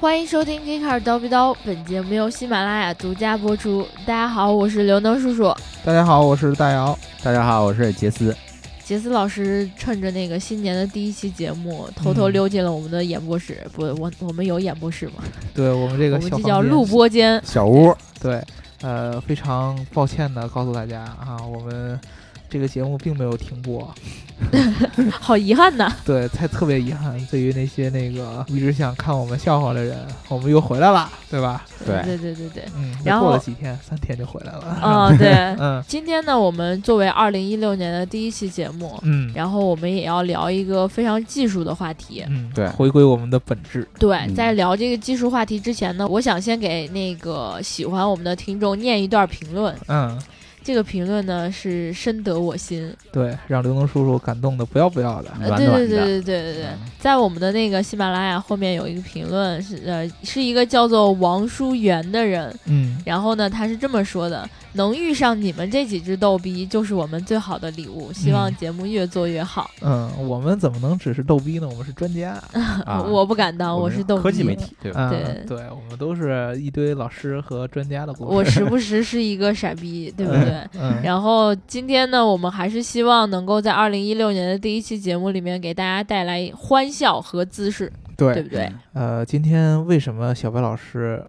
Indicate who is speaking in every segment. Speaker 1: 欢迎收听《Kicker 叨逼叨》，本节目由喜马拉雅独家播出。大家好，我是刘能叔叔。
Speaker 2: 大家好，我是大姚。
Speaker 3: 大家好，我是杰斯。
Speaker 1: 杰斯老师趁着那个新年的第一期节目，偷偷
Speaker 2: 嗯
Speaker 1: 溜进了我们的演播室。不，我我们有演播室吗？
Speaker 2: 对我们这
Speaker 1: 我
Speaker 2: 个
Speaker 1: 们这
Speaker 2: 小
Speaker 1: 叫
Speaker 2: 房间
Speaker 1: 录。播间。
Speaker 3: 小屋，
Speaker 2: 对，呃，非常抱歉的告诉大家啊，我们这个节目并没有停播。
Speaker 1: 好遗憾呐！
Speaker 2: 对，才特别遗憾。对于那些那个一直想看我们笑话的人，我们又回来了，对吧？
Speaker 3: 对
Speaker 1: 对对对 对，
Speaker 2: 嗯，
Speaker 1: 然后
Speaker 2: 过了几天，三天就回来了。
Speaker 1: 嗯，对。
Speaker 2: 嗯
Speaker 1: 今天呢，我们作为二零一六年的第一期节目，
Speaker 2: 嗯
Speaker 1: 然后我们也要聊一个非常技术的话题。
Speaker 2: 嗯，
Speaker 3: 对
Speaker 2: 回归我们的本质。
Speaker 1: 对，
Speaker 3: 嗯
Speaker 1: 在聊这个技术话题之前呢，我想先给那个喜欢我们的听众念一段评论。
Speaker 2: 嗯，
Speaker 1: 这个评论呢是深得我心，
Speaker 2: 对，让刘能叔叔感动的不要不要的。
Speaker 1: 呃，
Speaker 3: 暖
Speaker 1: 对
Speaker 3: 暖
Speaker 1: 对
Speaker 3: 的嗯
Speaker 1: 对对对对对，在我们的那个喜马拉雅后面有一个评论是呃是一个叫做王淑媛的人，
Speaker 2: 嗯，
Speaker 1: 然后呢他是这么说的：能遇上你们这几只逗逼就是我们最好的礼物，希望
Speaker 2: 嗯
Speaker 1: 节目越做越好。
Speaker 2: 嗯，我们怎么能只是逗逼呢？我们是专家。
Speaker 3: 啊
Speaker 1: 我不敢当，
Speaker 3: 我们
Speaker 1: 是逗逼，
Speaker 3: 科技媒体，对
Speaker 2: 嗯，
Speaker 3: 吧？
Speaker 1: 对
Speaker 2: 对，我们都是一堆老师和专家的故 事。
Speaker 1: 我时不时是一个傻逼，对不对？
Speaker 2: 嗯，
Speaker 1: 然后今天呢，我们还是希望能够在二零一六年的第一期节目里面给大家带来欢笑和姿势，对
Speaker 2: 对，
Speaker 1: 不对？
Speaker 2: 呃，今天为什么小白老师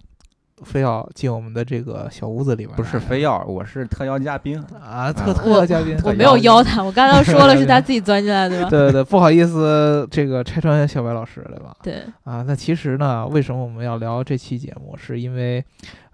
Speaker 2: 非要进我们的这个小屋子里面来？
Speaker 3: 不是非要，我是特邀嘉宾。
Speaker 2: 啊，特
Speaker 3: 啊
Speaker 2: 特邀嘉宾，
Speaker 1: 我
Speaker 3: 我
Speaker 1: 没有
Speaker 3: 邀
Speaker 1: 邀他，我刚才说了 是他自己钻进来的，对吧？
Speaker 2: 对对对，不好意思，这个拆穿小白老师，对吧？
Speaker 1: 对，
Speaker 2: 啊，那其实呢，为什么我们要聊这期节目，是因为，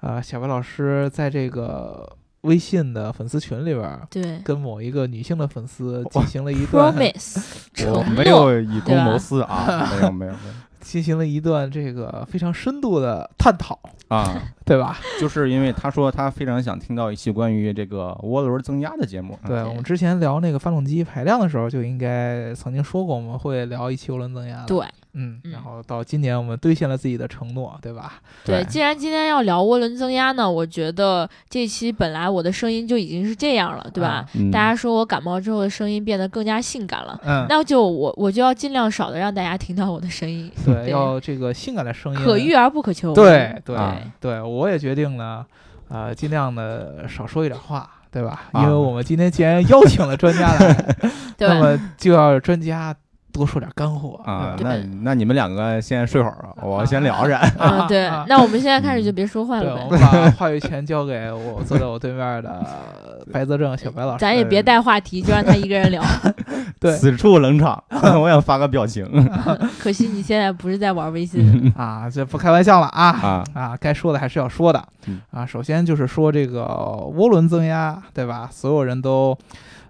Speaker 2: 呃，小白老师在这个微信的粉丝群里边儿
Speaker 1: 对
Speaker 2: 跟某一个女性的粉丝进行了一段
Speaker 1: ，promise
Speaker 3: 我
Speaker 1: 承
Speaker 3: 没
Speaker 1: 诺，
Speaker 3: 有以公谋私啊，没有没有没有
Speaker 2: 进行了一段这个非常深度的探讨，
Speaker 3: 啊，
Speaker 2: 对吧？
Speaker 3: 就是因为他说他非常想听到一期关于这个涡轮增压的节目。
Speaker 2: 对我们之前聊那个发动机排量的时候，就应该曾经说过我们会聊一期涡轮增压的。，
Speaker 1: 对
Speaker 2: 嗯，
Speaker 1: 嗯
Speaker 2: 然后到今年我们兑现了自己的承诺，对吧？
Speaker 3: 嗯
Speaker 1: 对。既然今天要聊涡轮增压呢，我觉得这期本来我的声音就已经是这样了，对
Speaker 2: 啊
Speaker 1: 吧？
Speaker 3: 嗯
Speaker 1: 大家说我感冒之后的声音变得更加性感了，
Speaker 2: 嗯，
Speaker 1: 那就我我就要尽量少的让大家听到我的声音，对
Speaker 2: 对，要这个性感的声音，
Speaker 1: 可遇。而不可求。
Speaker 2: 对对
Speaker 3: 啊
Speaker 2: 对，我也决定呢，呃，尽量的少说一点话。对吧？因
Speaker 3: 啊
Speaker 2: 为我们今天既然邀请了专家来，
Speaker 1: 对
Speaker 2: 那么就要专家多说点干货
Speaker 3: 啊，
Speaker 2: 对吧
Speaker 3: 那那你们两个先睡会儿啊，我先聊着。
Speaker 1: 嗯，对
Speaker 2: 啊，
Speaker 1: 那我们现在开始就别说话
Speaker 2: 对，
Speaker 1: 了
Speaker 2: 我
Speaker 1: 呗，
Speaker 2: 们把话语权交给我坐在我对面的白泽正小白老师。
Speaker 1: 咱也别带话题，就让他一个人聊。
Speaker 2: 对
Speaker 3: 此处冷场，我想发个表情
Speaker 1: 可惜你现在不是在玩微 信，
Speaker 2: 啊，这不开玩笑了啊
Speaker 3: 啊。
Speaker 2: 啊，该说的还是要说的
Speaker 3: 嗯
Speaker 2: 啊。首先就是说这个涡轮增压，对吧？所有人都，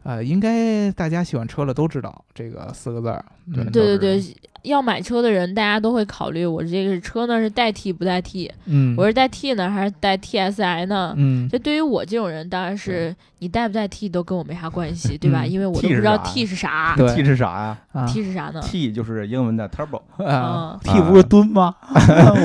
Speaker 2: 呃，应该大家喜欢车了都知道这个四个字儿。
Speaker 3: 对
Speaker 1: 对
Speaker 2: 嗯
Speaker 1: 对，
Speaker 2: 都知道
Speaker 1: 对。要买车的人，大家都会考虑我这个车呢是代替不代替，
Speaker 2: 嗯，
Speaker 1: 我是代替呢还是代 TSI 呢？
Speaker 2: 嗯
Speaker 1: 这对于我这种人，当然是你代不代替都跟我没啥关系，对吧？
Speaker 2: 嗯
Speaker 1: 因为我都
Speaker 3: T
Speaker 1: 不知
Speaker 3: 是
Speaker 1: 道
Speaker 3: 啥呀
Speaker 1: T 是啥
Speaker 2: 对
Speaker 3: ，T 是啥呀
Speaker 2: 啊
Speaker 1: ，T 是啥呢？
Speaker 3: ？T 就是英文的 turbo，
Speaker 2: 啊
Speaker 1: 嗯
Speaker 2: ，T 不是吨吗？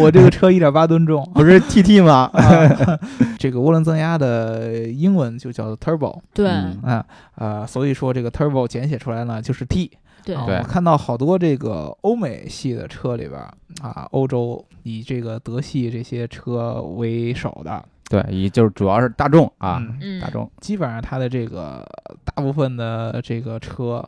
Speaker 2: 我这个车一点八吨重。
Speaker 3: 不是 TT 吗？
Speaker 2: 啊 这个涡轮增压的英文就叫做 turbo，
Speaker 1: 对
Speaker 3: 嗯
Speaker 2: 啊呃，所以说这个 turbo 简写出来呢就是 T。
Speaker 1: 对
Speaker 2: 啊
Speaker 3: 对
Speaker 2: 我看到好多这个欧美系的车里边儿啊，欧洲以这个德系这些车为首的
Speaker 3: 对，也就是主要是大众啊，
Speaker 2: 嗯
Speaker 1: 嗯
Speaker 3: 大，众
Speaker 2: 基本上它的这个大部分的这个车，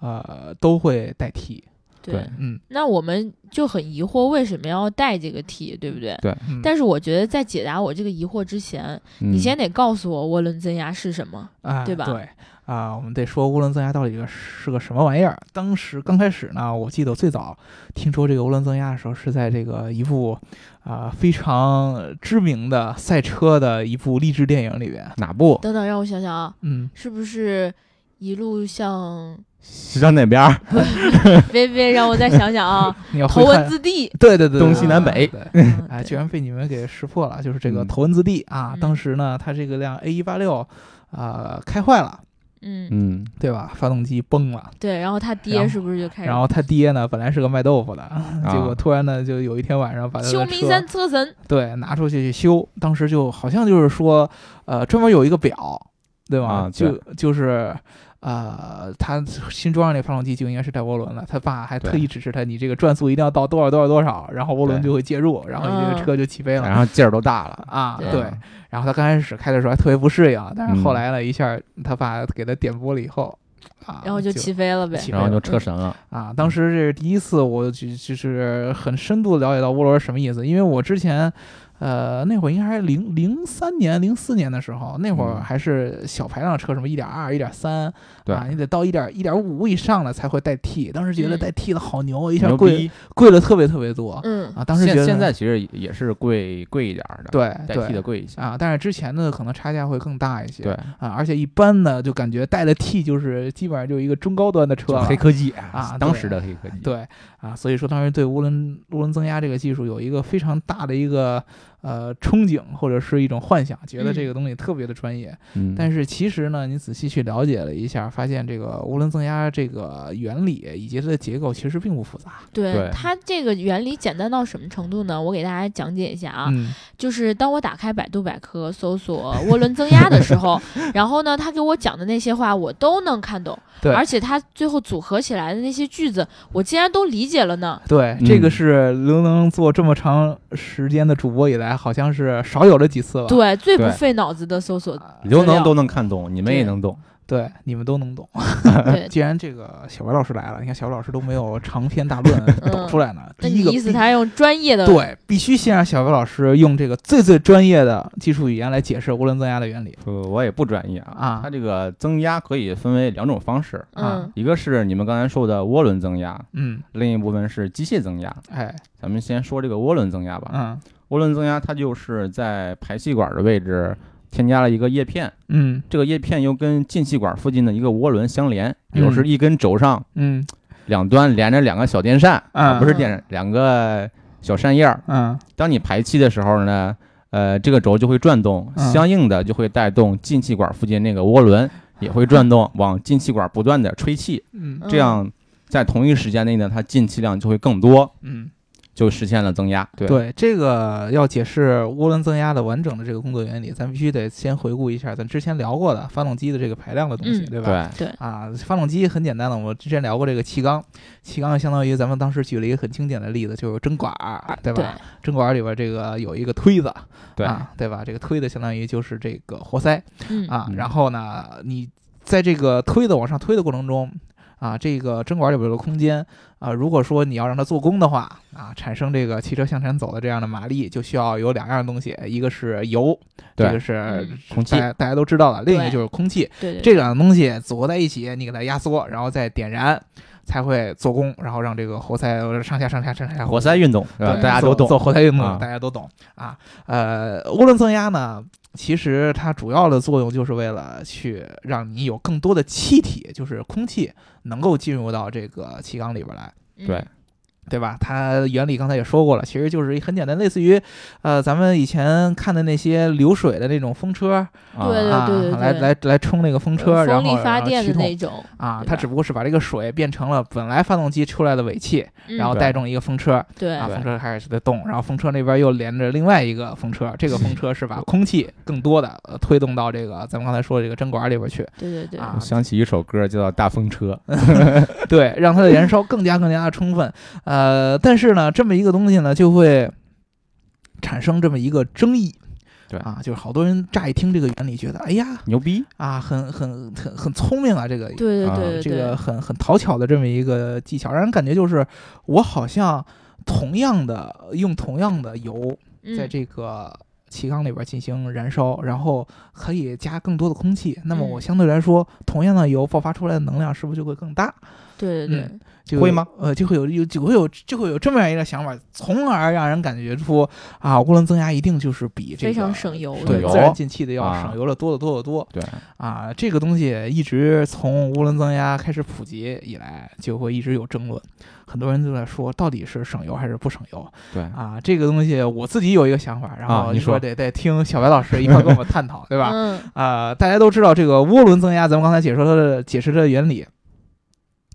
Speaker 2: 呃，都会代替。
Speaker 1: 对。
Speaker 2: 嗯，
Speaker 1: 那我们就很疑惑，为什么要带这个 T，对不对？
Speaker 2: 嗯
Speaker 1: 但是我觉得，在解答我这个疑惑之前，
Speaker 3: 嗯
Speaker 1: 你先得告诉我涡轮增压是什么。
Speaker 2: 啊，
Speaker 1: 对吧
Speaker 2: 对啊，我们得说涡轮增压到底个是个什么玩意儿。当时刚开始呢，我记得我最早听说这个涡轮增压的时候，是在这个一部啊、非常知名的赛车的一部励志电影里边。
Speaker 3: 哪部？
Speaker 1: 等等，让我想想啊，
Speaker 2: 嗯，
Speaker 1: 是不是一路向？
Speaker 3: 西藏哪边儿？
Speaker 1: 别别，让我再想想啊，
Speaker 2: 你要
Speaker 1: 头
Speaker 2: 会看
Speaker 1: 文字 D。
Speaker 2: 对对对，
Speaker 3: 东西南北
Speaker 2: 对
Speaker 1: 嗯
Speaker 2: 哎，
Speaker 1: 对
Speaker 2: 居然被你们给识破了，就是这个
Speaker 3: 嗯
Speaker 2: 头文字 D 啊！
Speaker 1: 嗯
Speaker 2: 当时呢，它这个辆 A 一八六，啊，开坏了，
Speaker 1: 嗯，
Speaker 3: 嗯，
Speaker 2: 对吧？发动机崩了，
Speaker 1: 对。然后他爹
Speaker 2: 然后
Speaker 1: 是不是就开始
Speaker 2: 然？后他爹呢，本来是个卖豆腐的，
Speaker 3: 嗯
Speaker 2: 啊
Speaker 3: 啊
Speaker 2: 结果突然呢，就有一天晚上把他
Speaker 1: 修
Speaker 2: 的
Speaker 1: 明山
Speaker 2: 车
Speaker 1: 车神，
Speaker 2: 对拿出去去修，当时就好像就是说，呃，专门有一个表，对吗？
Speaker 3: 啊对
Speaker 2: 就就是呃，他新装上这发动机就应该是带涡轮的。他爸还特
Speaker 3: 对
Speaker 2: 意指示他，你这个转速一定要到多少多少多少，然后涡轮
Speaker 3: 对
Speaker 2: 就会介入，然后你这
Speaker 1: 嗯
Speaker 2: 个车就起飞了。
Speaker 3: 然后劲儿都大了，
Speaker 2: 啊，
Speaker 1: 对
Speaker 2: 对，然后他刚开始开的时候还特别不适应，但是
Speaker 3: 嗯
Speaker 2: 后来呢，一下他爸给他点拨了以后，啊，
Speaker 1: 然后就
Speaker 2: 就
Speaker 1: 起飞了呗。
Speaker 2: 起
Speaker 3: 然后就车神了，
Speaker 2: 啊，当时这是第一次，我就就是很深度了解到涡轮是什么意思，因为我之前，呃，那会儿应该还是零零三年、零四年的时候，那会儿
Speaker 3: 嗯
Speaker 2: 还是小排量车，什么一点二、一点三，
Speaker 3: 对
Speaker 2: 啊，你得到一点一点五以上了才会代替，当时觉得
Speaker 1: 嗯
Speaker 2: 代替的好牛，一下
Speaker 3: 牛
Speaker 2: 贵
Speaker 3: 逼。
Speaker 2: 贵了特别特别多
Speaker 1: 嗯，
Speaker 2: 啊，当时觉得
Speaker 3: 现现在其实也也是贵贵一点儿的，
Speaker 2: 对
Speaker 3: 代替
Speaker 2: 对
Speaker 3: 的贵一些，
Speaker 2: 啊，但是之前的可能差价会更大一些，
Speaker 3: 对，
Speaker 2: 啊，而且一般呢，就感觉带了 T 就是基本上就是一个中高端的车
Speaker 3: 就
Speaker 2: 了
Speaker 3: 黑。科技
Speaker 2: 啊
Speaker 3: 当
Speaker 2: 对
Speaker 3: 时的黑科技，
Speaker 2: 对啊，所以说当时对涡轮涡轮增压这个技术有一个非常大的一个呃憧憬或者是一种幻想，觉得这
Speaker 1: 嗯
Speaker 2: 个东西特别的专业。
Speaker 3: 嗯，
Speaker 2: 但是其实呢，你仔细去了解了一下，发现这个涡轮增压这个原理以及它的结构其实并不复杂
Speaker 1: 对
Speaker 3: 对，
Speaker 1: 它这个原理简单到什么程度呢？我给大家讲解一下啊，
Speaker 2: 嗯
Speaker 1: 就是当我打开百度百科搜索涡轮增压的时 候，然后呢，他给我讲的那些话我都能看懂，
Speaker 2: 对
Speaker 1: 而且他最后组合起来的那些句子，我竟然都理解了呢。
Speaker 2: 对，这个
Speaker 3: 嗯
Speaker 2: 是刘能做这么长时间的主播以来，好像是少有的几次了。
Speaker 1: 对，最不
Speaker 3: 对
Speaker 1: 费脑子的搜 索，
Speaker 2: 啊
Speaker 3: 刘
Speaker 1: 资料
Speaker 3: 能都能看懂，你们也
Speaker 1: 对
Speaker 3: 能懂，
Speaker 2: 对，你们都能懂。
Speaker 1: 对，
Speaker 2: 既然这个小白老师来了，你看小白老师都没有长篇大论抖出来呢。
Speaker 1: 嗯那
Speaker 2: 第
Speaker 1: 你
Speaker 2: 一个
Speaker 1: 意思
Speaker 2: 必
Speaker 1: 他用专业的
Speaker 2: 对，啊必须先让小白老师用这个最最专业的技术语言来解释涡轮增压的原理
Speaker 3: 呃，我也不专业啊。
Speaker 2: 啊
Speaker 3: 它。这个增压可以分为两种方式，
Speaker 1: 嗯
Speaker 3: 一个是你们刚才说的涡轮增压，
Speaker 2: 嗯，
Speaker 3: 另一部分是机械增压。
Speaker 2: 哎，
Speaker 3: 咱们先说这个涡轮增压吧。
Speaker 2: 嗯
Speaker 3: 涡轮增压它就是在排气管的位置添加了一个叶片，
Speaker 2: 嗯
Speaker 3: 这个叶片又跟进气管附近的一个涡轮相连，
Speaker 2: 嗯
Speaker 3: 比如是一根轴上
Speaker 2: 嗯
Speaker 3: 两端连着两个小电扇，
Speaker 2: 嗯
Speaker 3: 啊，不是电扇，两个小扇叶儿。
Speaker 2: 嗯
Speaker 3: 当你排气的时候呢，呃，这个轴就会转动，
Speaker 2: 嗯
Speaker 3: 相应的就会带动进气管附近那个涡轮也会转动，往进气管不断的吹气，
Speaker 2: 啊嗯
Speaker 3: 这样在同一时间内呢，它进气量就会更多，
Speaker 2: 嗯，
Speaker 3: 就实现了增压。对，
Speaker 2: 对，这个要解释涡轮增压的完整的这个工作原理，咱必须得先回顾一下咱之前聊过的发动机的这个排量的东西，
Speaker 1: 嗯
Speaker 2: 对吧？
Speaker 3: 对
Speaker 2: 啊，发动机很简单了，我之前聊过这个气缸，气缸相当于咱们当时举了一个很经典的例子，就是针管儿，对吧？
Speaker 1: 对
Speaker 2: 针管儿里边这个有一个推子，
Speaker 3: 对
Speaker 2: 啊，对吧？这个推子相当于就是这个活塞
Speaker 1: 嗯
Speaker 2: 啊，
Speaker 3: 嗯
Speaker 2: 然后呢，你在这个推子往上推的过程中。啊，这个针管里边有个空间啊，如果说你要让它做功的话，啊，产生这个汽车向前走的这样的马力，就需要有两样东西，一个是油，这
Speaker 3: 对
Speaker 2: 个是
Speaker 1: 嗯
Speaker 3: 空气
Speaker 2: 大，家大家都知道的，另一个
Speaker 1: 对
Speaker 2: 就是空气，
Speaker 1: 对对，
Speaker 2: 这两个东西组合在一起，你给它压缩，然后再点燃，才会做功，然后让这个活塞上下上下上下
Speaker 3: 活塞运动，对吧？
Speaker 2: 对
Speaker 3: 大家都
Speaker 2: 做
Speaker 3: 懂。
Speaker 2: 做活塞运动，
Speaker 3: 啊
Speaker 2: 大家都懂啊。呃，涡轮增压呢，其实它主要的作用就是为了去让你有更多的气体，就是空气能够进入到这个气缸里边来。
Speaker 1: 嗯
Speaker 3: 对
Speaker 2: 对吧？它原理刚才也说过了，其实就是一很简单，类似于，呃，咱们以前看的那些流水的那种风车
Speaker 3: 啊
Speaker 1: 对对
Speaker 2: 啊，
Speaker 1: 嗯对对呃
Speaker 2: 来来来冲那个风车，然
Speaker 1: 风
Speaker 2: 后
Speaker 1: 力发
Speaker 2: 然后
Speaker 1: 电
Speaker 2: 驱
Speaker 1: 的
Speaker 2: 动
Speaker 1: 那种，
Speaker 2: 啊
Speaker 1: 对，
Speaker 2: 它
Speaker 1: 吧
Speaker 2: 只不过是把这个水变成了本来发动机出来的尾气，
Speaker 1: 嗯
Speaker 2: 然后带动一个风车，
Speaker 1: 对
Speaker 2: 啊，
Speaker 3: 对
Speaker 2: 风车开始在动，然后风车那边又连着另外一个风车，这个风车是把空气更多的、呃推动到这个咱们刚才说的这个针管里边去，
Speaker 1: 对对对，
Speaker 2: 啊
Speaker 3: 我想起一首歌叫《大风车》，
Speaker 2: 对，让它的燃烧更加更加的充分。呃，但是呢，这么一个东西呢，就会产生这么一个争议。
Speaker 3: 对
Speaker 2: 啊，就是好多人乍一听这个原理，觉得哎呀
Speaker 3: 牛逼！
Speaker 2: 啊，很很很很聪明啊，这个
Speaker 1: 对对
Speaker 3: 啊
Speaker 1: 对对
Speaker 2: 这
Speaker 1: 对，
Speaker 2: 个很很讨巧的这么一个技巧，让人感觉就是我好像同样的用同样的油，
Speaker 1: 嗯
Speaker 2: 在这个气缸里边进行燃烧，然后可以加更多的空气，那么
Speaker 1: 嗯
Speaker 2: 我相对来说，同样的油爆发出来的能量是不是就会更大？
Speaker 1: 对对对
Speaker 2: 嗯，就
Speaker 3: 会吗？
Speaker 2: 呃，就会有有就会有就会有这么样一个想法，从而让人感觉出啊，涡轮增压一定就是比这
Speaker 1: 非
Speaker 2: 个
Speaker 1: 常省油的，
Speaker 2: 对
Speaker 3: 省油
Speaker 2: 自然进气的要
Speaker 3: 啊
Speaker 2: 省油了多得多得多。
Speaker 3: 对，
Speaker 2: 啊，这个东西一直从涡轮增压开始普及以来，就会一直有争论，很多人都在说到底是省油还是不省油
Speaker 3: 对，
Speaker 2: 啊。这个东西我自己有一个想法，然
Speaker 3: 啊
Speaker 2: 后
Speaker 3: 你
Speaker 2: 一会儿
Speaker 3: 说
Speaker 2: 得得听小白老师一块儿跟我们探讨，对吧？
Speaker 1: 嗯
Speaker 2: 啊，大家都知道这个涡轮增压，咱们刚才解说它的解释它的原理。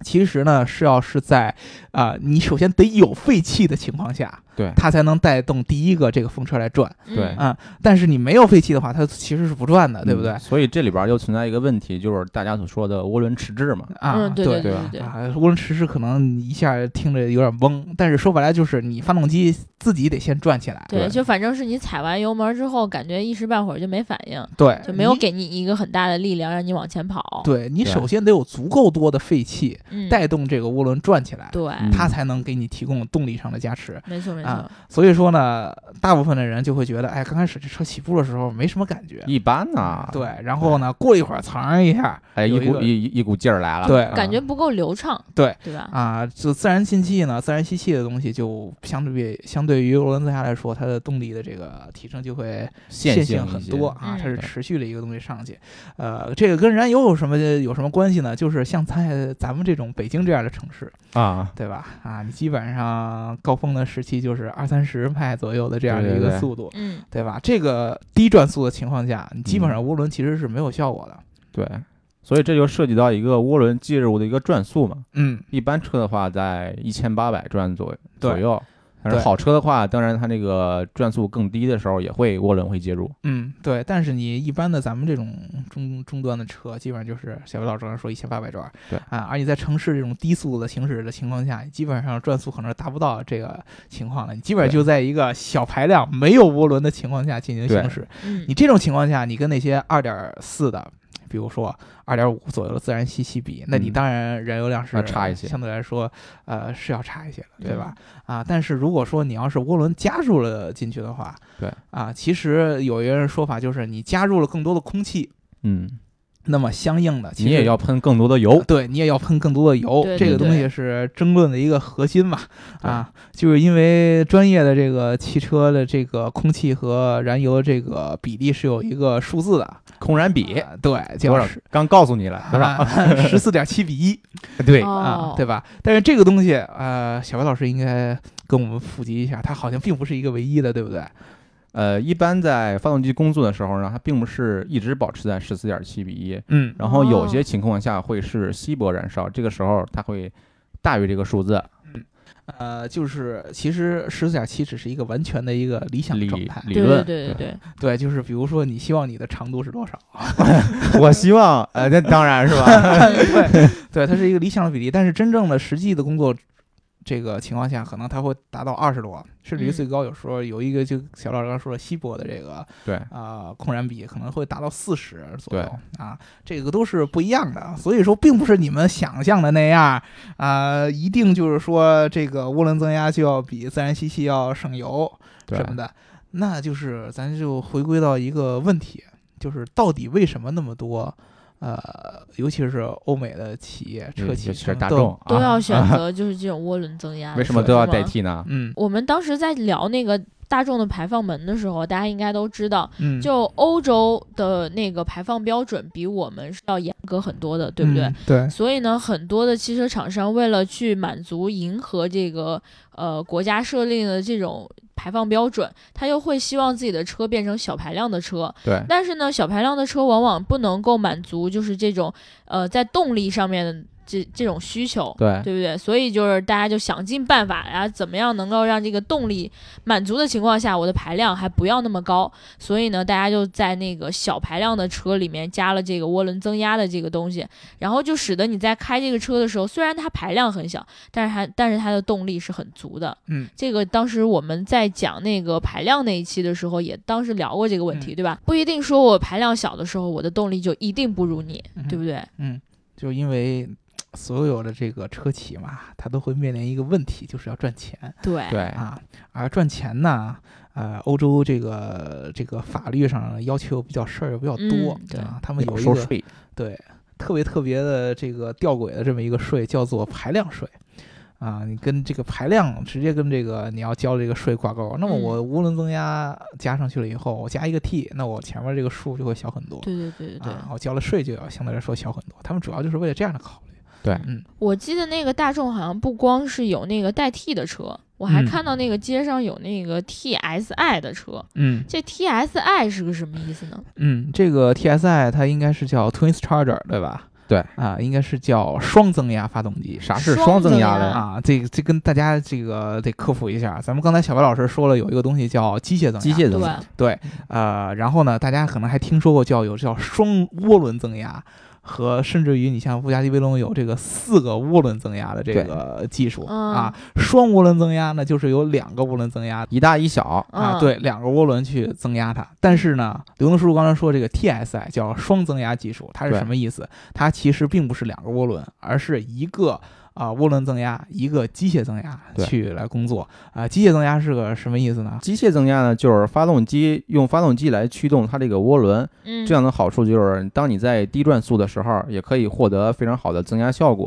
Speaker 2: 其实呢，是要是在啊、你首先得有废气的情况下，
Speaker 3: 对
Speaker 2: 它才能带动第一个这个风车来转。
Speaker 3: 对
Speaker 1: 嗯
Speaker 2: 啊、但是你没有废气的话，它其实是不转的，对不对？
Speaker 3: 嗯所以这里边儿又存在一个问题，就是大家所说的涡轮迟滞嘛。
Speaker 2: 啊，
Speaker 1: 嗯，对
Speaker 2: 对
Speaker 1: 对
Speaker 3: 对吧
Speaker 1: 对，
Speaker 2: 啊，涡轮迟滞可能一下听着有点懵，但是说白了就是你发动机自己得先转起来，
Speaker 1: 对，
Speaker 3: 对
Speaker 1: 就反正是你踩完油门之后，感觉一时半会儿就没反应，
Speaker 2: 对，
Speaker 1: 就没有
Speaker 2: 你。
Speaker 1: 给你一个很大的力量让你往前跑。
Speaker 2: 对你
Speaker 3: 对
Speaker 2: 首先得有足够多的废气
Speaker 1: 嗯，
Speaker 2: 带动这个涡轮转起来，
Speaker 1: 对，
Speaker 3: 嗯
Speaker 2: 它才能给你提供动力上的加持。
Speaker 1: 没错没错
Speaker 2: 啊，所以说呢，大部分的人就会觉得，哎，刚开始这车起步的时候没什么感觉，
Speaker 3: 一啊般呢，
Speaker 2: 对，，然后呢，过了一会儿，噌一下，
Speaker 3: 哎，
Speaker 2: 有
Speaker 3: 一
Speaker 2: 一
Speaker 3: 股
Speaker 2: 个
Speaker 3: 一一股劲儿来了，
Speaker 2: 对
Speaker 3: 啊
Speaker 1: 感觉不够流畅，
Speaker 2: 对
Speaker 1: 对吧？
Speaker 2: 啊，就自然进气呢，自然吸气的东西就相对比相对于涡轮增压来说，它的动力的这个提升就会
Speaker 3: 线性
Speaker 2: 性
Speaker 3: 一
Speaker 2: 很
Speaker 3: 些
Speaker 2: 多啊
Speaker 1: 嗯，
Speaker 2: 它是
Speaker 3: 对
Speaker 2: 持续的一个东西上去。呃，这个跟燃油有什么有什么关系呢？就是像在咱们这种北京这样的城市，
Speaker 3: 啊，
Speaker 2: 对吧？啊，你基本上高峰的时期就是二三十迈左右的这样的
Speaker 3: 对
Speaker 2: 一
Speaker 3: 对
Speaker 2: 个
Speaker 3: 对
Speaker 2: 速度，
Speaker 1: 嗯，
Speaker 2: 对吧？这个低转速的情况下，你基本上
Speaker 3: 嗯
Speaker 2: 涡轮其实是没有效果的。
Speaker 3: 对，所以这就涉及到一个涡轮介入的一个转速嘛。
Speaker 2: 嗯，
Speaker 3: 一般车的话在一千八百转左右
Speaker 2: 对
Speaker 3: 左右，但是
Speaker 2: 对
Speaker 3: 好车的话，当然它那个转速更低的时候也会涡轮会介入。
Speaker 2: 嗯，对，但是你一般的咱们这种中终端的车，基本上就是小白老师刚才说一千八百转，
Speaker 3: 对
Speaker 2: 啊，而你在城市这种低速的行驶的情况下，基本上转速可能是达不到这个情况了，你基本上
Speaker 3: 对
Speaker 2: 就在一个小排量没有涡轮的情况下进行
Speaker 3: 对
Speaker 2: 行驶。
Speaker 1: 嗯
Speaker 2: 你这种情况下，你跟那些二点四的，比如说二点五左右的自然吸气比，那你
Speaker 3: 嗯
Speaker 2: 当然燃油量是
Speaker 3: 要差一些
Speaker 2: 相对来说，呃，是要差一些的，对
Speaker 1: 对
Speaker 2: 吧？啊，但是如果说你要是涡轮加入了进去的话，
Speaker 3: 对
Speaker 2: 啊，其实有一个人说法就是你加入了更多的空气，
Speaker 3: 嗯，
Speaker 2: 那么相应的其
Speaker 3: 你也
Speaker 2: 实
Speaker 3: 要喷更多的油。
Speaker 2: 对你也要喷更多的油，
Speaker 1: 对
Speaker 2: 这个
Speaker 1: 对
Speaker 2: 东西是争论的一个核心嘛。
Speaker 3: 对
Speaker 2: 啊，就是因为专业的这个汽车的这个空气和燃油这个比例是有一个数字的，
Speaker 3: 空燃比
Speaker 2: 呃对，
Speaker 3: 多
Speaker 2: 叫啊
Speaker 3: 少？刚告诉你了，多少？
Speaker 2: 十四点七比一
Speaker 3: 对，
Speaker 2: 啊
Speaker 1: 啊哦，，
Speaker 2: 对吧？但是这个东西，呃，小白老师应该跟我们普及一下，它好像并不是一个唯一的，对不对？
Speaker 3: 呃，一般在发动机工作的时候呢，它并不是一直保持在十四点七比一，
Speaker 2: 嗯
Speaker 3: 然后有
Speaker 1: 哦
Speaker 3: 些情况下会是稀薄燃烧，这个时候它会大于这个数字。
Speaker 2: 呃，就是其实十四点七只是一个完全的一个理想
Speaker 3: 理
Speaker 2: 状态，
Speaker 3: 理
Speaker 1: 对
Speaker 3: 论，
Speaker 1: 对对对
Speaker 2: 对，就是比如说你希望你的长度是多少，
Speaker 3: 我希望，呃，那当然是吧。
Speaker 2: 对对，它是一个理想的比例，但是真正的实际的工作这个情况下，可能它会达到二十多，甚至于
Speaker 1: 嗯
Speaker 2: 最高有时候有一个就小老师刚说的稀薄的这个
Speaker 3: 对，
Speaker 2: 啊、控染比可能会达到四十左右
Speaker 3: 对
Speaker 2: 啊，这个都是不一样的，所以说并不是你们想象的那样啊、一定就是说这个涡轮增压就要比自然吸气要省油
Speaker 3: 对
Speaker 2: 什么的，那就是咱就回归到一个问题，就是到底为什么那么多呃，尤其是欧美的企业车
Speaker 3: 尤
Speaker 2: 企
Speaker 3: 其嗯是
Speaker 2: 他们
Speaker 3: 大
Speaker 2: 都
Speaker 3: 众
Speaker 1: 都
Speaker 3: 啊，
Speaker 1: 要选择就是这种涡轮增压的车，
Speaker 3: 为什么都要
Speaker 1: 是吗
Speaker 3: 代？替呢？
Speaker 2: 嗯
Speaker 1: 我们当时在聊那个大众的排放门的时候，大家应该都知道，
Speaker 2: 嗯，
Speaker 1: 就欧洲的那个排放标准比我们是要严格很多的，对不对？
Speaker 2: 嗯对，
Speaker 1: 所以呢，很多的汽车厂商为了去满足迎合这个呃国家设定的这种排放标准，他又会希望自己的车变成小排量的车。
Speaker 3: 对，
Speaker 1: 但是呢，小排量的车往往不能够满足就是这种呃在动力上面的这这种需求。
Speaker 3: 对，
Speaker 1: 对不对？所以就是大家就想尽办法呀、怎么样能够让这个动力满足的情况下，我的排量还不要那么高。所以呢，大家就在那个小排量的车里面加了这个涡轮增压的这个东西，然后就使得你在开这个车的时候，虽然它排量很小，但是它但是它的动力是很足的。
Speaker 2: 嗯，
Speaker 1: 这个当时我们在讲那个排量那一期的时候，也当时聊过这个问题，对吧？不一定说我排量小的时候，我的动力就一定不如你，
Speaker 2: 嗯
Speaker 1: 对不对？
Speaker 2: 嗯，就因为所有的这个车企嘛，它都会面临一个问题，就是要赚钱
Speaker 1: 对
Speaker 3: 对，
Speaker 2: 啊。而赚钱呢，呃，欧洲这个这个法律上要求比较事儿比较多、
Speaker 1: 嗯对
Speaker 2: 啊，他们有
Speaker 3: 有
Speaker 2: 一
Speaker 3: 收
Speaker 2: 个
Speaker 3: 税，
Speaker 2: 对特别特别的这个吊诡的这么一个税，叫做排量税。啊，你跟这个排量直接跟这个你要交这个税挂钩，那么
Speaker 1: 嗯
Speaker 2: 我涡轮增压加上去了以后，我加一个 t，那我前面这个数就会小很多。
Speaker 1: 对对对对对。
Speaker 2: 啊，我交了税就要相对来说小很多。他们主要就是为了这样的考虑。
Speaker 3: 对
Speaker 2: 嗯
Speaker 1: 我记得那个大众好像不光是有那个代替的车，我还
Speaker 2: 嗯
Speaker 1: 看到那个街上有那个 TSI 的车。
Speaker 2: 嗯
Speaker 1: 这 TSI 是个什么意思呢？
Speaker 2: 嗯，这个 TSI 它应该是叫 Twin Charger 对吧？
Speaker 3: 对
Speaker 2: 啊，应该是叫双增压发动机。
Speaker 3: 啥啊是
Speaker 1: 双
Speaker 3: 双
Speaker 1: 增
Speaker 3: 增
Speaker 1: 压
Speaker 3: 压嘞？
Speaker 2: 啊，这个这跟大家这个得科普一下。咱们刚才小白老师说了，有一个东西叫机械增压，
Speaker 3: 机械
Speaker 1: 对
Speaker 3: 增压，
Speaker 1: 吧，
Speaker 2: 对，呃，然后呢，大家可能还听说过叫有叫双涡轮增压，和甚至于你像布加迪威龙有这个四个涡轮增压的这
Speaker 3: 对
Speaker 2: 个技术
Speaker 1: 嗯
Speaker 2: 啊。双涡轮增压呢，就是有两个涡轮增压
Speaker 3: 一大一小，
Speaker 1: 嗯，
Speaker 2: 啊，对，两个涡轮去增压它。但是呢，刘能叔叔刚才说这个 TSI 叫双增压技术，它是
Speaker 3: 对
Speaker 2: 什么意思？它其实并不是两个涡轮，而是一个啊、涡轮增压，一个机械增压
Speaker 3: 对
Speaker 2: 去来工作啊、机械增压是个什么意思呢？
Speaker 3: 机械增压呢，就是发动机用发动机来驱动它这个涡轮，
Speaker 1: 嗯，
Speaker 3: 这样的好处就是，当你在低转速的时候，也可以获得非常好的增压效果。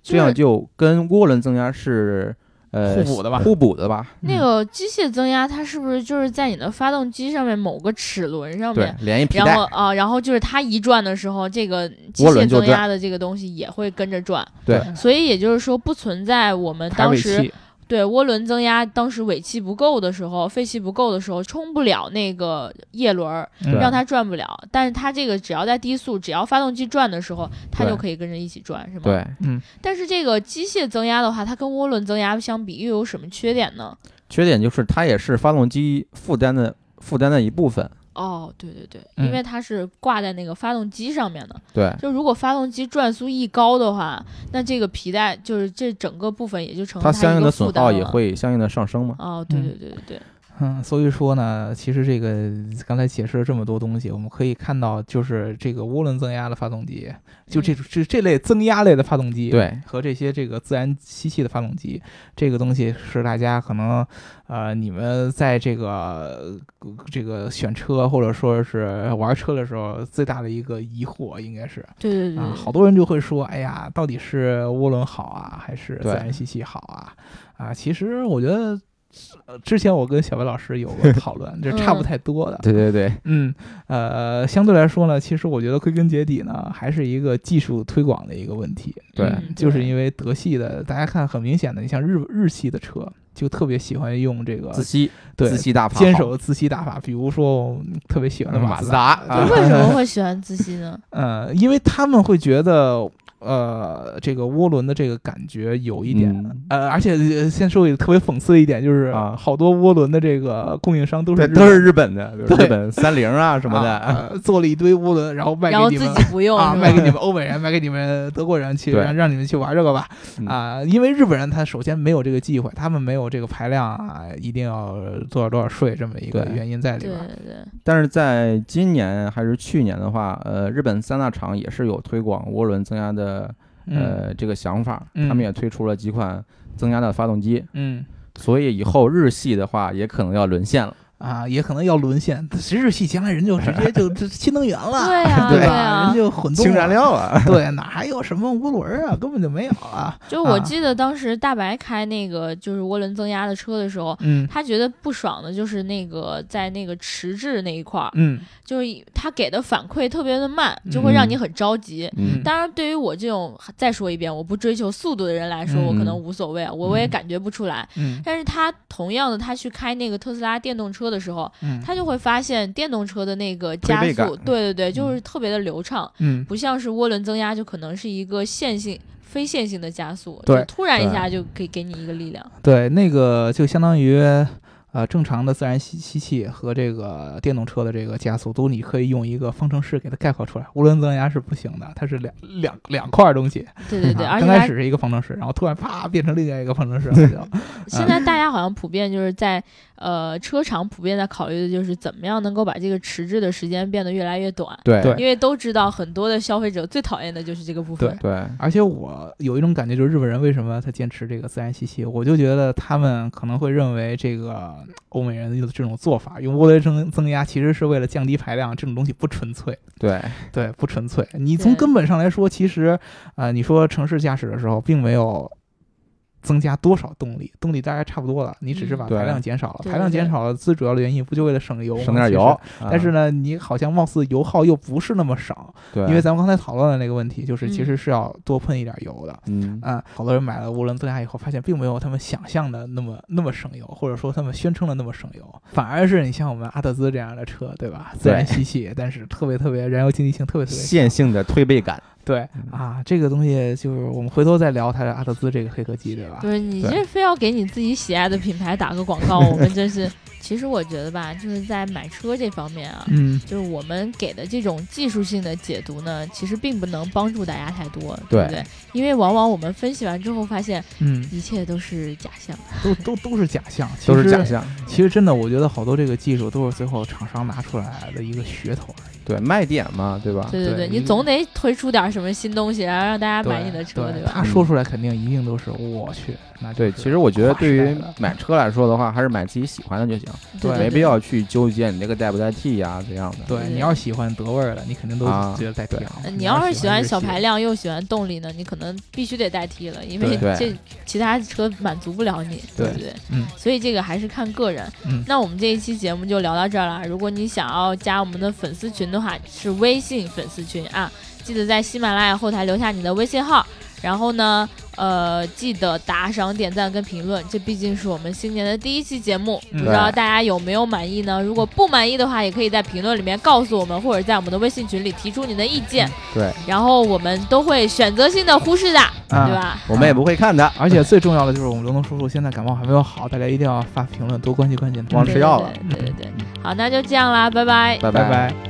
Speaker 1: 就是
Speaker 3: 这样就跟涡轮增压是呃
Speaker 2: 互补的吧
Speaker 3: 互补的吧？
Speaker 2: 嗯
Speaker 1: 那个机械增压，它是不是就是在你的发动机上面某个齿轮上
Speaker 3: 对
Speaker 1: 面？，
Speaker 3: 连一皮
Speaker 1: 然
Speaker 3: 带
Speaker 1: 后，啊、然后就是它一转的时候，这个机
Speaker 3: 涡轮
Speaker 1: 械
Speaker 3: 就
Speaker 1: 增
Speaker 3: 转嗯
Speaker 1: 压的这个东西也会跟着转，
Speaker 3: 对
Speaker 1: 所以也就是说，不存在我们
Speaker 2: 排
Speaker 1: 呃当
Speaker 2: 尾
Speaker 1: 时
Speaker 2: 气，
Speaker 1: 对涡轮增压，当时尾气不够的时候，废气不够的时候，冲不了那个叶轮儿，
Speaker 2: 嗯
Speaker 3: 对
Speaker 1: 让它转不了。但是它这个只要在低速，只要发动机转的时候，它
Speaker 3: 对
Speaker 1: 就可以跟着一起转，是吗？。
Speaker 3: 对，
Speaker 2: 嗯
Speaker 1: 但是这个机械增压的话，它跟涡轮增压相比又有什么缺点呢？
Speaker 3: 缺点就是它也是发动机负担的负担的一部分。
Speaker 1: 哦，对对对，
Speaker 2: 嗯
Speaker 1: 因为它是挂在那个发动机上面的。
Speaker 3: 对，
Speaker 1: 就如果发动机转速一高的话，那这个皮带就是这整个部分也就成了
Speaker 3: 它相
Speaker 1: 一
Speaker 3: 应
Speaker 1: 个
Speaker 3: 的
Speaker 1: 负
Speaker 3: 损
Speaker 1: 担啊
Speaker 3: 耗也
Speaker 1: 了
Speaker 3: 会相应的上升嘛。
Speaker 1: 哦，对
Speaker 2: 嗯
Speaker 1: 对对对对，
Speaker 2: 嗯，所以说呢，其实这个刚才解释了这么多东西，我们可以看到，就是这个涡轮增压的发动机，就
Speaker 1: 嗯
Speaker 2: 这这这类增压类的发动机，，
Speaker 3: 对，
Speaker 2: 和这些这个自然吸气的发动机，这个东西是大家可能，呃，你们在这个呃这个选车或者说是玩车的时候最大的一个疑惑，应该是
Speaker 1: 对对对对
Speaker 2: 啊，好多人就会说，哎呀，到底是涡轮好啊，还是自
Speaker 3: 对
Speaker 2: 然吸气好啊？啊，其实我觉得。呃之前我跟小白老师有 过讨论，这差不太多的。
Speaker 3: 对对对，
Speaker 2: 嗯，呃，相对来说呢，其实我觉得归根结底呢，还是一个技术推广的一个问题。
Speaker 3: 对
Speaker 1: 嗯
Speaker 2: 就是因为德系的，大家看很明显的，你像日日系的车就特别喜欢用这个
Speaker 3: 自吸
Speaker 2: 对
Speaker 3: 自吸大法，
Speaker 2: 坚守自吸打法，比如说我们特别喜欢的
Speaker 3: 马
Speaker 2: 自
Speaker 3: 自
Speaker 2: 达，
Speaker 3: 达
Speaker 1: 对
Speaker 3: 啊，
Speaker 1: 为什么会喜欢自吸呢？
Speaker 2: 呃，因为他们会觉得。呃，这个涡轮的这个感觉有一点，
Speaker 3: 嗯
Speaker 2: 呃，而且呃先说一个特别讽刺的一点，就是、
Speaker 3: 啊
Speaker 2: 好多涡轮的这个供应商都是
Speaker 3: 对，
Speaker 2: 日
Speaker 3: 都是日本的，比如
Speaker 2: 对
Speaker 3: 日本三菱啊什么的。
Speaker 2: 啊呃做了一堆涡轮，然后 卖给
Speaker 1: 然后
Speaker 2: 你
Speaker 1: 自
Speaker 2: 们
Speaker 1: 己不用
Speaker 2: 啊，
Speaker 1: 是
Speaker 2: 卖
Speaker 1: 吧？
Speaker 2: 给你们欧美人，卖给你们呃德国人去，
Speaker 3: 对
Speaker 2: 让让你们去玩这个吧。
Speaker 3: 嗯
Speaker 2: 啊，因为日本人他首先没有这个忌讳，他们没有这个排量啊，一定要多少多少税这么一个
Speaker 3: 对
Speaker 2: 原因在里
Speaker 1: 对
Speaker 2: 边儿。
Speaker 1: 对对，
Speaker 3: 但是在今年还是去年的话，呃，日本三大厂也是有推广涡轮增压的
Speaker 2: 嗯
Speaker 3: 呃这个想法，
Speaker 2: 嗯
Speaker 3: 他们也推出了几款增压的发动机，
Speaker 2: 嗯
Speaker 3: 所以以后日系的话也可能要沦陷了。
Speaker 2: 啊，也可能要沦陷，谁日系将来人就直接就 这新能源了，
Speaker 1: 对啊
Speaker 2: 对
Speaker 1: 对
Speaker 2: 吧？
Speaker 1: 啊
Speaker 2: 人就混动
Speaker 3: 氢燃
Speaker 2: 了，
Speaker 3: 料 啊，
Speaker 2: 对，哪还有什么涡轮啊，根本就没有啊。
Speaker 1: 就我记得当时大白开那个就是涡轮增压的车的时候。
Speaker 2: 嗯
Speaker 1: 他觉得不爽的就是那个在那个迟滞那一块儿，
Speaker 2: 嗯
Speaker 1: 就是他给的反馈特别的慢，就会让你很着急。
Speaker 3: 嗯，
Speaker 1: 当然，对于我这种再说一遍我不追求速度的人来说，
Speaker 2: 嗯
Speaker 1: 我可能无所谓，啊我我也感觉不出来。
Speaker 2: 嗯
Speaker 1: 但是他同样的，他去开那个特斯拉电动车的时候，
Speaker 2: 嗯
Speaker 1: 他就会发现电动车的那个
Speaker 3: 推
Speaker 1: 加
Speaker 3: 背
Speaker 1: 速，
Speaker 3: 感
Speaker 1: 对对对，就是特别的流畅。
Speaker 2: 嗯，
Speaker 1: 不像是涡轮增压，就可能是一个线性、非线性的加速，
Speaker 2: 对
Speaker 1: 就突然一下就可以给你一个力量。
Speaker 2: 对，那个就相当于。呃，正常的自然吸吸气和这个电动车的这个加速都，你可以用一个方程式给它概括出来。涡轮增压是不行的，它是两两两块儿东西，
Speaker 1: 对 对对，
Speaker 2: 啊
Speaker 1: 而且
Speaker 2: 刚开
Speaker 1: 它
Speaker 2: 始是一个方程式，然后突然啪变成另外一个方程式了就。
Speaker 1: 现
Speaker 2: 嗯
Speaker 1: 在大家好像普遍就是在呃车厂普遍在考虑的就是怎么样能够把这个迟滞的时间变得越来越短，
Speaker 3: 对
Speaker 2: 对
Speaker 1: 因为都知道很多的消费者最讨厌的就是这个部分
Speaker 2: 对。
Speaker 3: 对
Speaker 2: 而且我有一种感觉，就是日本人为什么他坚持这个自然吸气，我就觉得他们可能会认为这个欧美人的这种做法，用涡轮增增压其实是为了降低排量，这种东西不纯粹。
Speaker 3: 对
Speaker 2: 对，不纯粹。 你从
Speaker 1: 对
Speaker 2: 根本上来说，其实，呃，你说城市驾驶的时候，并没有增加多少动力，动力大概差不多了，你只是
Speaker 1: 嗯
Speaker 2: 把
Speaker 3: 对
Speaker 2: 排量减少了。
Speaker 1: 对
Speaker 2: 排量
Speaker 1: 对对
Speaker 2: 减少了，最主要的原因不就为了省油吗？
Speaker 3: 省点
Speaker 2: 其
Speaker 3: 油
Speaker 2: 实。，
Speaker 3: 啊
Speaker 2: 但是呢，你好像貌似油耗又不是那么省，
Speaker 3: 对，
Speaker 2: 因为咱们刚才讨论的那个问题，就是其
Speaker 1: 嗯
Speaker 2: 实是要多喷一点油的。
Speaker 3: 嗯
Speaker 2: 啊、好多人买了涡轮增压以后，发现并没有他们想象的那么那么省油，或者说他们宣称的那么省油，反而是你像我们阿特兹这样的车，对吧？自然吸气，但是特别特别燃油经济性特别特别强
Speaker 3: 线性的推背感，
Speaker 2: 对啊，这个东西就是我们回头再聊它阿特兹这个黑科技，对吧？
Speaker 1: 就是你
Speaker 3: 对
Speaker 1: 这非要给你自己喜爱的品牌打个广告，我们真是。其实我觉得吧，就是在买车这方面 啊，
Speaker 2: 嗯，
Speaker 1: 就是我们给的这种技术性的解读呢，其实并不能帮助大家太多，对不
Speaker 3: 对
Speaker 1: 对？因为往往我们分析完之后发现，
Speaker 2: 嗯，
Speaker 1: 一切都是假象。
Speaker 2: 都都都是假象，其
Speaker 3: 都是
Speaker 2: 实
Speaker 3: 假象。
Speaker 2: 其实真的，我觉得好多这个技术都是最后厂商拿出来的一个噱头而已。
Speaker 3: 对，卖点嘛，对吧？
Speaker 1: 对对
Speaker 2: 对
Speaker 1: 你
Speaker 2: 你
Speaker 1: 总得推出点什么新东西，然后让大家买你的车，
Speaker 2: 对
Speaker 1: 吧？
Speaker 2: 他说出来肯定一定都是我去，那就
Speaker 3: 对，
Speaker 2: 是
Speaker 3: 其实我觉得对
Speaker 2: 跨时
Speaker 3: 于
Speaker 2: 代的
Speaker 3: 买车来说的话，还是买自己喜欢的就行，
Speaker 1: 对
Speaker 2: 对
Speaker 3: 没必。要去纠结你这个代不代替呀、怎样的。
Speaker 2: 对，你要喜欢德味儿的，你肯定都
Speaker 3: 啊
Speaker 2: 觉得代替
Speaker 3: 对
Speaker 1: 对对
Speaker 2: 昂
Speaker 1: 呃你要是喜
Speaker 2: 喜
Speaker 1: 欢
Speaker 2: 日系
Speaker 1: 小排，量又喜欢动力呢，你可能必须得代替了，因为
Speaker 3: 对
Speaker 1: 这其他车满足不了你，
Speaker 2: 对
Speaker 1: 不对？
Speaker 2: 嗯
Speaker 1: 所以这个还是看个人。
Speaker 2: 嗯
Speaker 1: 那我们这一期节目就聊到这儿了。如果你想要加我们的粉丝群的话，是微信粉丝群啊，记得在喜马拉雅后台留下你的微信号。然后呢，呃，记得打赏、点赞跟评论，这毕竟是我们新年的第一期节目，
Speaker 2: 嗯
Speaker 1: 不知道
Speaker 3: 对
Speaker 1: 大家有没有满意呢？如果不满意的话，也可以在评论里面告诉我们，或者在我们的微信群里提出你的意
Speaker 2: 嗯
Speaker 1: 见，
Speaker 3: 对，
Speaker 1: 然后我们都会选择性的忽视的，对
Speaker 2: 啊。
Speaker 1: 吧？
Speaker 3: 我们也不会看的，
Speaker 2: 而且最重要的就是，我们刘能叔叔现在感冒还没有好，大家一定要发评论，多关心关心他。
Speaker 3: 忘
Speaker 1: 对
Speaker 3: 吃药了
Speaker 1: 对对对对，好，那就这样啦，拜拜。
Speaker 3: 拜
Speaker 2: 拜拜。